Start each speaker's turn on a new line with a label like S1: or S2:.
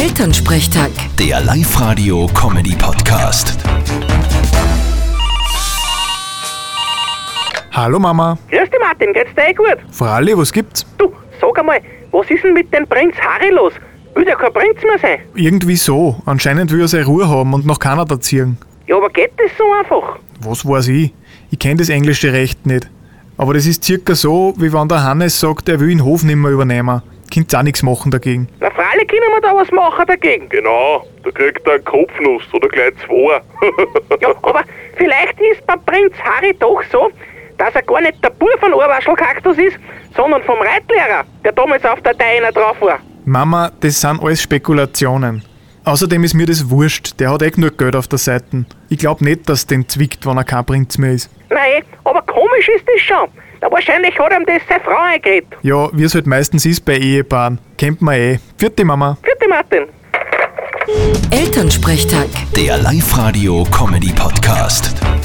S1: Elternsprechtag.
S2: Der Live-Radio-Comedy-Podcast.
S3: Hallo Mama.
S4: Grüß dich Martin, geht's dir eh gut?
S3: Fralli, was gibt's?
S4: Du, sag einmal, was ist denn mit dem Prinz Harry los? Will ja kein Prinz mehr sein.
S3: Irgendwie so. Anscheinend will er seine Ruhe haben und nach Kanada ziehen.
S4: Ja, aber geht das so einfach?
S3: Was weiß ich? Ich kenn das englische Recht nicht. Aber das ist circa so, wie wenn der Hannes sagt, er will den Hof nicht mehr übernehmen. Könnt's auch nichts machen dagegen.
S4: Na, freilich können wir da was machen dagegen.
S5: Genau, da kriegt er einen Kopfnuss oder gleich zwei.
S4: Ja, aber vielleicht ist beim Prinz Harry doch so, dass er gar nicht der Bub von Urwaschelkaktus ist, sondern vom Reitlehrer, der damals auf der Deiner drauf war.
S3: Mama, das sind alles Spekulationen. Außerdem ist mir das wurscht. Der hat eh genug Geld auf der Seite. Ich glaub nicht, dass den zwickt, wenn er kein Prinz mehr ist.
S4: Nein, aber komisch ist das schon. Na, wahrscheinlich hat ihm das seine Frau eingeredet.
S3: Ja, wie es halt meistens ist bei Ehepaaren. Kennt man eh. Vierte Mama.
S4: Vierte Martin.
S1: Elternsprechtag.
S2: Der Live-Radio-Comedy-Podcast.